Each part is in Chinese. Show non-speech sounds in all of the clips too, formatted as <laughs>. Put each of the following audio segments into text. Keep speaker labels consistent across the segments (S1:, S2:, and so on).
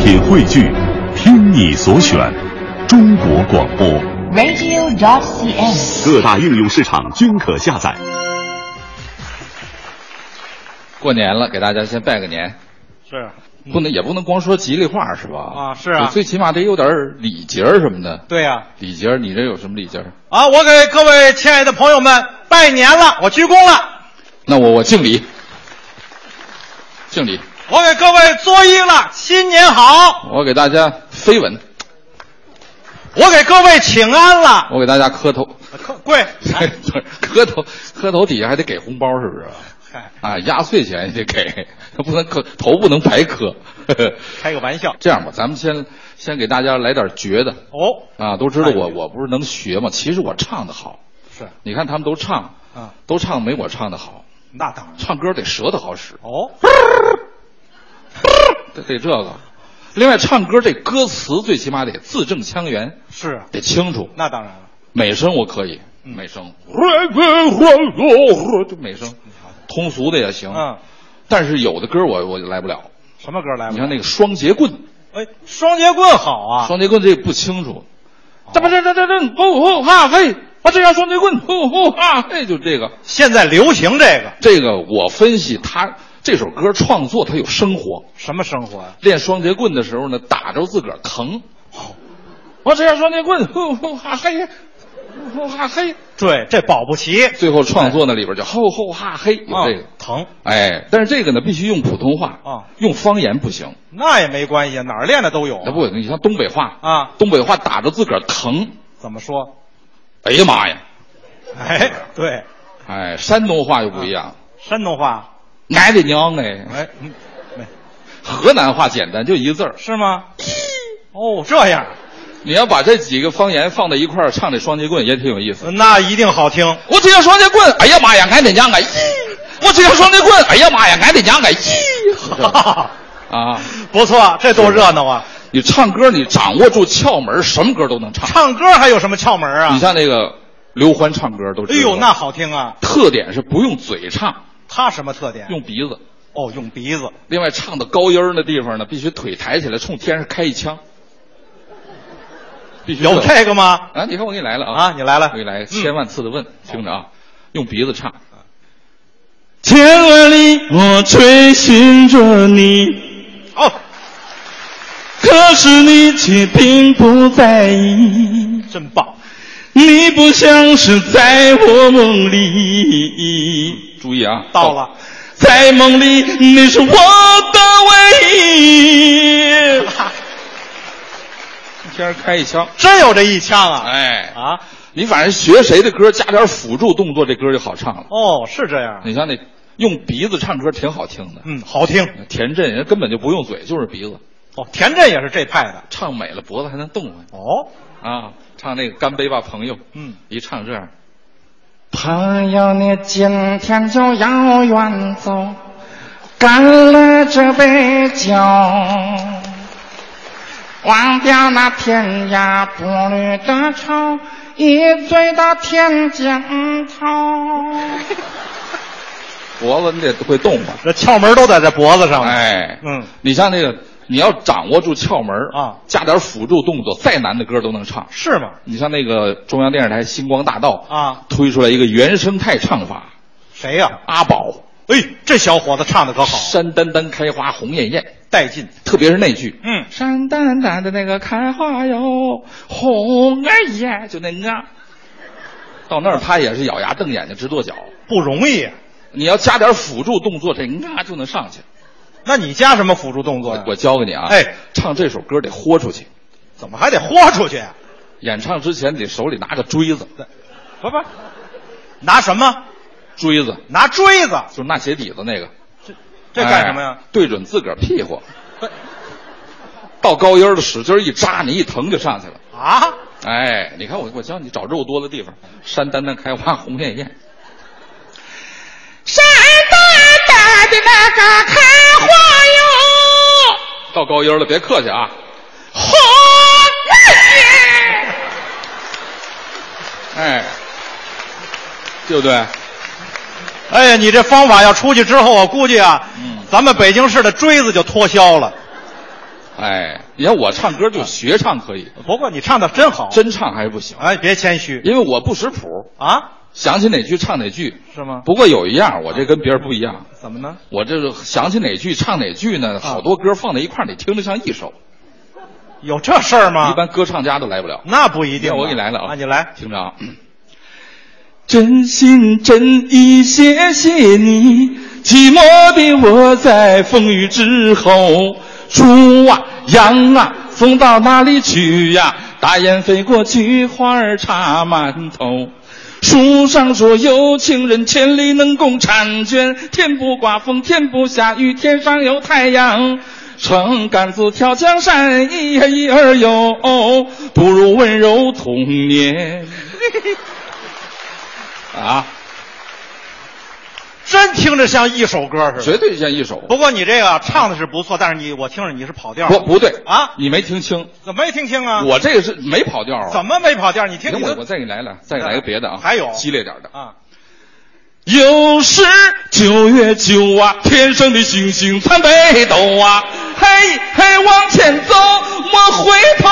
S1: 品汇聚，听你所选，中国广播。
S2: radio.cn。
S1: 各大应用市场均可下载。
S3: 过年了，给大家先拜个年，
S4: 是
S3: 不能也不能光说吉利话是吧？
S4: 嗯啊是啊
S3: 就最起码得有点儿礼节儿什么的。
S4: 对呀、
S3: 礼节儿，你这有什么礼节儿？
S4: 啊。我给各位亲爱的朋友们拜年了，我鞠躬了，
S3: 那我我敬礼，敬礼，
S4: 我给各位作揖了，新年好，
S3: 我给大家飞吻，
S4: 我给各位请安了，
S3: 我给大家磕头， <laughs>
S4: 客贵，哎
S3: 磕头，磕头底下还得给红包是不是？
S4: 嗨，
S3: 啊，压岁钱也得给，不能磕头不能白磕。 <laughs>
S4: 开个玩笑
S3: 这样吧，咱们先先给大家来点绝的
S4: 哦，
S3: 啊，都知道我
S4: 哎
S3: 我不是能学吗？其实我唱的好，
S4: 是
S3: 你看他们都唱，
S4: 啊，
S3: 都唱没我唱的好，
S4: 那当然
S3: 唱歌得舌头好使，
S4: 哦，
S3: 得得这个。另外，唱歌这歌词最起码得字正腔圆，
S4: 是啊
S3: 得清楚。
S4: 那当然了，
S3: 美声我可以，
S4: 嗯
S3: 美声，就美声，通俗的也行。
S4: 嗯，
S3: 但是有的歌我我就来不了。
S4: 什么歌来
S3: 你
S4: 吧？
S3: 看那个双节棍，
S4: 哎，双节棍好啊，哦
S3: 双节棍这不清楚，这不这这这这吼吼哈嘿，我这叫双节棍，吼吼哈嘿，就这个
S4: 现在流行这个
S3: 这个我分析他这首歌创作他有生活，
S4: 什么生活啊呀、
S3: 练双节棍的时候呢，打着自个儿疼，哦我这叫双节棍，吼吼哈嘿，吼吼哈嘿，
S4: 对，这保不齐
S3: 最后创作那里边就吼吼哈嘿，有
S4: 啊
S3: 这个。
S4: 疼，
S3: 哎，但是这个呢，必须用普通话
S4: 啊
S3: 用方言不行。
S4: 那也没关系，哪儿练的都有啊
S3: 那不，你像东北话，
S4: 啊？
S3: 东北话打着自个儿疼，
S4: 怎么说？
S3: 哎呀妈呀！
S4: 哎，对，
S3: 哎，山东话又不一样，
S4: 山东话。
S3: 俺的娘哎！
S4: 哎，嗯，没
S3: 河南话简单，就一个字儿。
S4: 是吗？哦，这样，
S3: 你要把这几个方言放在一块儿唱这双截棍也挺有意思。
S4: 那一定好听。
S3: 我只要双截棍，哎呀妈呀，俺的娘哎！我只要双截棍，哎呀妈呀，俺的娘哎！
S4: <laughs>
S3: 啊，
S4: 不错，这多热闹啊！
S3: 你唱歌你掌握住窍门，什么歌都能唱。
S4: 唱歌还有什么窍门啊
S3: 你？像那个刘欢唱歌都知
S4: 哎
S3: 道。
S4: 呦，那好听啊！
S3: 特点是不用嘴唱，
S4: 他什么特点？
S3: 用鼻子。
S4: 哦，用鼻子。
S3: 另外，唱到高音儿那地方呢，必须腿抬起来冲天上开一枪，必须
S4: 有这个吗？
S3: 啊！你看我给你来了啊！
S4: 啊，你来了
S3: 我给你来个
S4: 嗯
S3: 千万次的问，听着啊，用鼻子唱。
S5: 天鹅里，我追寻着你，
S4: 哦，
S5: 可是你却并不在意，
S4: 真棒！
S5: 你不像是在我梦里，
S3: 注意啊，
S4: 到了，
S5: 在梦里你是我的唯一。
S3: 天上开一枪。
S4: 真有这一腔啊！
S3: 哎，
S4: 啊，
S3: 你反正学谁的歌，加点辅助动作，这歌就好唱了。
S4: 哦，是这样。
S3: 你像那用鼻子唱歌挺好听的，
S4: 嗯，好听。
S3: 田震人家根本就不用嘴，就是鼻子，
S4: 哦，田震也是这派的。
S3: 唱美了脖子还能动弹
S4: 哦，
S3: 啊！唱那个干杯吧朋友，
S4: 嗯，
S3: 一唱这样，
S6: 朋友，你今天就要远走，干了这杯酒，忘掉那天涯不虑的愁，一醉到天尽头。
S3: 脖子你得会动吧？
S4: 这窍门都在这脖子上了。
S3: 哎，
S4: 嗯，
S3: 你像那个，你要掌握住窍门儿
S4: 啊，
S3: 加点辅助动作，再难的歌都能唱。
S4: 是吗？
S3: 你像那个中央电视台星光大道
S4: 啊，
S3: 推出来一个原生态唱法，
S4: 谁呀、
S3: 阿宝
S4: 哎，这小伙子唱的可好，
S3: 山丹丹开花红艳艳，
S4: 带劲。
S3: 特别是那句
S4: 嗯，
S3: 山丹丹的那个开花哟，红儿艳，就那个，到那儿他也是咬牙瞪眼睛直跺脚。
S4: 不容易。
S3: 你要加点辅助动作，这啊就能上去。
S4: 那你加什么辅助动作
S3: 我
S4: 呀？
S3: 我教给你啊，
S4: 哎，
S3: 唱这首歌得豁出去。
S4: 怎么还得豁出去？
S3: 演唱之前得手里拿个锥子，
S4: 不不，拿什么？
S3: 锥子
S4: 拿锥子？
S3: 就是那鞋底子那个，
S4: 这干什么呀哎
S3: 哎？对准自个儿屁股，到高音儿的使劲儿一扎，你一疼就上去了。
S4: 啊，
S3: 哎，你看我我教你找肉多的地方，山丹丹开花红艳艳，
S6: 山丹丹的那个开花哟，
S3: 到高音儿了别客气啊，
S6: 红儿艳。
S3: 哎，对不对？
S4: 哎呀，你这方法要出去之后，我估计啊，
S3: 嗯
S4: 咱们北京市的锥子就脱销了。
S7: 哎，你看我唱歌就学唱可以，
S4: 不过你唱的真好，
S7: 真唱还是不行，
S4: 哎，别谦虚
S7: 因为我不识谱，
S4: 啊，
S7: 想起哪句唱哪句。
S4: 是吗？
S7: 不过有一样，我这跟别人不一样，
S4: 怎么呢？
S7: 我这是想起哪句唱哪句
S4: 啊
S7: 呢？好多歌放在一块儿，你听着像一首，
S4: 有这事儿吗？
S7: 一般歌唱家都来不了。
S4: 那啊不一定啊。
S7: 我给你来了啊，
S4: 那你来。
S7: 听着啊，
S3: 真心真意谢谢你，寂寞的我在风雨之后，猪啊羊啊送到哪里去呀、大雁飞过，菊花儿插满头。书上说有情人千里能共婵娟，天不刮风，天不下雨，天上有太阳。撑杆子跳江山，一哎一儿哟，不如温柔童年。
S7: 啊，
S4: 真听着像一首歌似的。
S7: 绝对像一首。
S4: 不过你这个唱的是不错，但是你我听着你是跑调，
S7: 不不对
S4: 啊
S7: 你没听清，
S4: 怎么没听清啊？
S7: 我这个是没跑调啊。
S4: 怎么没跑调？你听
S7: 行
S4: 你
S7: 我我
S4: 都
S7: 再给你来来，再给你来个别的啊，
S4: 还有
S7: 激烈点的。
S4: 啊，
S3: 又是九月九啊，天上的星星参北斗啊，嘿嘿往前走，莫回头，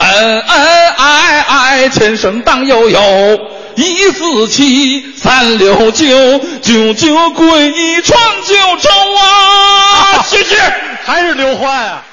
S3: 恩恩爱爱，前生荡悠悠，一四七三六九，九九归一闯九州啊，谢谢。
S4: 还是刘欢啊？